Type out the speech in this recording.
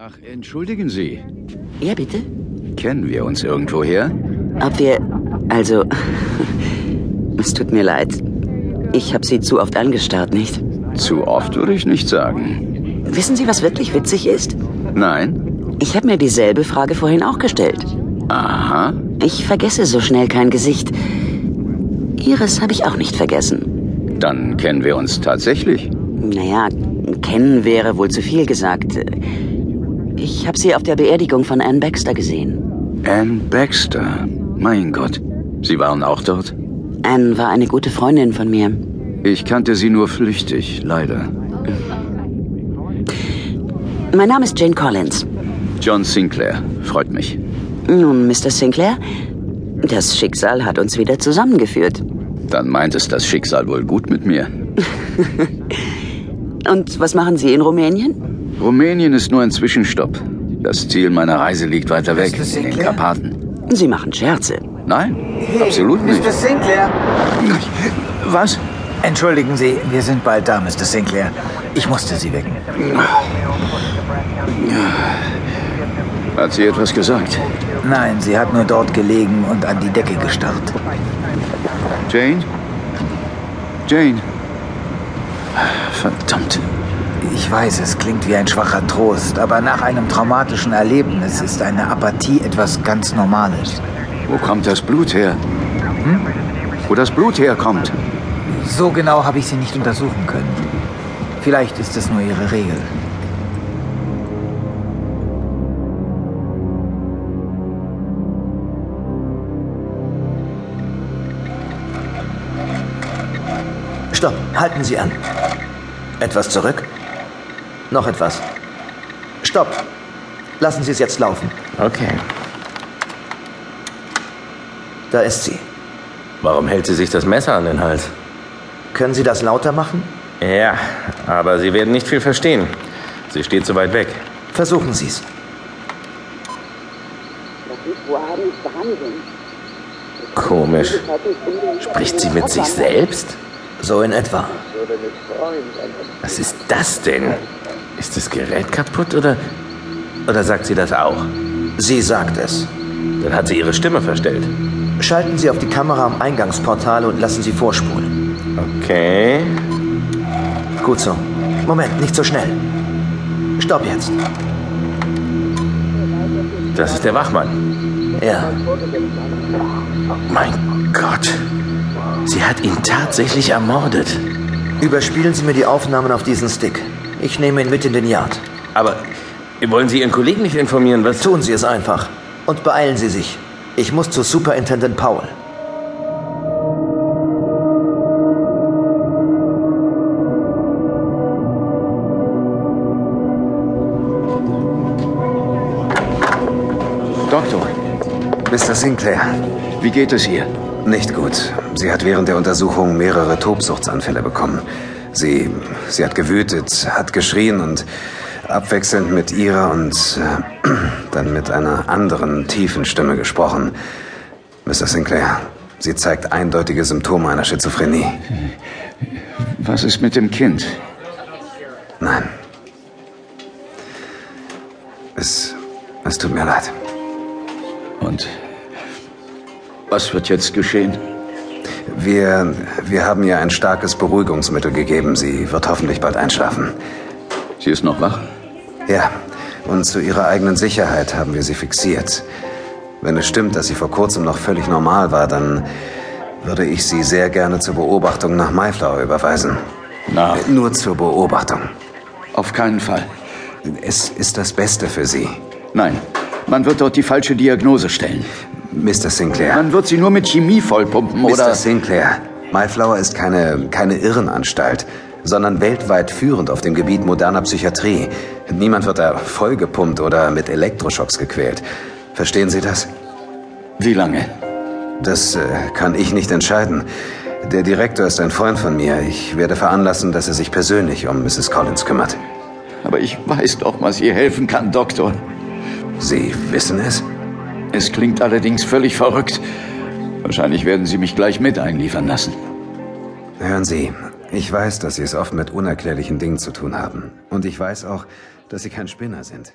Ach, entschuldigen Sie. Ja, bitte? Kennen wir uns irgendwoher? Ob wir. Also. es tut mir leid. Ich habe Sie zu oft angestarrt, nicht? Zu oft würde ich nicht sagen. Wissen Sie, was wirklich witzig ist? Nein? Ich habe mir dieselbe Frage vorhin auch gestellt. Aha. Ich vergesse so schnell kein Gesicht. Ihres habe ich auch nicht vergessen. Dann kennen wir uns tatsächlich. Naja, kennen wäre wohl zu viel gesagt. Ich habe Sie auf der Beerdigung von Ann Baxter gesehen. Ann Baxter. Mein Gott. Sie waren auch dort? Ann war eine gute Freundin von mir. Ich kannte sie nur flüchtig, leider. Mein Name ist Jane Collins. John Sinclair. Freut mich. Nun, Mr. Sinclair, das Schicksal hat uns wieder zusammengeführt. Dann meint es das Schicksal wohl gut mit mir. Und was machen Sie in Rumänien? Rumänien ist nur ein Zwischenstopp. Das Ziel meiner Reise liegt weiter weg, Mr. in den Sinclair? Karpaten. Sie machen Scherze. Nein, absolut nicht. Mr. Sinclair. Was? Entschuldigen Sie, wir sind bald da, Mr. Sinclair. Ich musste Sie wecken. Hat sie etwas gesagt? Nein, sie hat nur dort gelegen und an die Decke gestarrt. Jane? Jane? Verdammt. Ich weiß, es klingt wie ein schwacher Trost, aber nach einem traumatischen Erlebnis ist eine Apathie etwas ganz Normales. Wo kommt das Blut her? Hm? Wo das Blut herkommt? So genau habe ich sie nicht untersuchen können. Vielleicht ist es nur ihre Regel. Stopp, halten Sie an. Etwas zurück. Noch etwas. Stopp. Lassen Sie es jetzt laufen. Okay. Da ist sie. Warum hält sie sich das Messer an den Hals? Können Sie das lauter machen? Ja, aber Sie werden nicht viel verstehen. Sie steht so weit weg. Versuchen Sie es. Komisch. Spricht sie mit sich selbst? So in etwa. Was ist das denn? Ist das Gerät kaputt oder. Oder sagt sie das auch? Sie sagt es. Dann hat sie ihre Stimme verstellt. Schalten Sie auf die Kamera am Eingangsportal und lassen Sie vorspulen. Okay. Gut so. Moment, nicht so schnell. Stopp jetzt. Das ist der Wachmann. Ja. Mein Gott. Sie hat ihn tatsächlich ermordet. Überspielen Sie mir die Aufnahmen auf diesen Stick. Ich nehme ihn mit in den Yard. Aber wollen Sie Ihren Kollegen nicht informieren, was. Tun Sie es einfach. Und beeilen Sie sich. Ich muss zu Superintendent Powell. Doktor, Mr. Sinclair, wie geht es ihr? nicht gut. Sie hat während der Untersuchung mehrere Tobsuchtsanfälle bekommen. Sie, sie hat gewütet, hat geschrien und abwechselnd mit ihrer und äh, dann mit einer anderen tiefen Stimme gesprochen. Mr. Sinclair, sie zeigt eindeutige Symptome einer Schizophrenie. Was ist mit dem Kind? Nein. Es, es tut mir leid. Und was wird jetzt geschehen? Wir, wir haben ihr ein starkes Beruhigungsmittel gegeben. Sie wird hoffentlich bald einschlafen. Sie ist noch wach? Ja, und zu ihrer eigenen Sicherheit haben wir sie fixiert. Wenn es stimmt, dass sie vor kurzem noch völlig normal war, dann würde ich sie sehr gerne zur Beobachtung nach Mayflower überweisen. Na, Nur zur Beobachtung. auf keinen Fall. Es ist das Beste für sie. Nein, man wird dort die falsche Diagnose stellen. Mr. Sinclair. Man wird sie nur mit Chemie vollpumpen, Mr. oder? Sinclair, Mayflower ist keine, keine Irrenanstalt, sondern weltweit führend auf dem Gebiet moderner Psychiatrie. Niemand wird da vollgepumpt oder mit Elektroschocks gequält. Verstehen Sie das? Wie lange? Das äh, kann ich nicht entscheiden. Der Direktor ist ein Freund von mir. Ich werde veranlassen, dass er sich persönlich um Mrs. Collins kümmert. Aber ich weiß doch, was ihr helfen kann, Doktor. Sie wissen es? Es klingt allerdings völlig verrückt. Wahrscheinlich werden Sie mich gleich mit einliefern lassen. Hören Sie, ich weiß, dass Sie es oft mit unerklärlichen Dingen zu tun haben. Und ich weiß auch, dass Sie kein Spinner sind.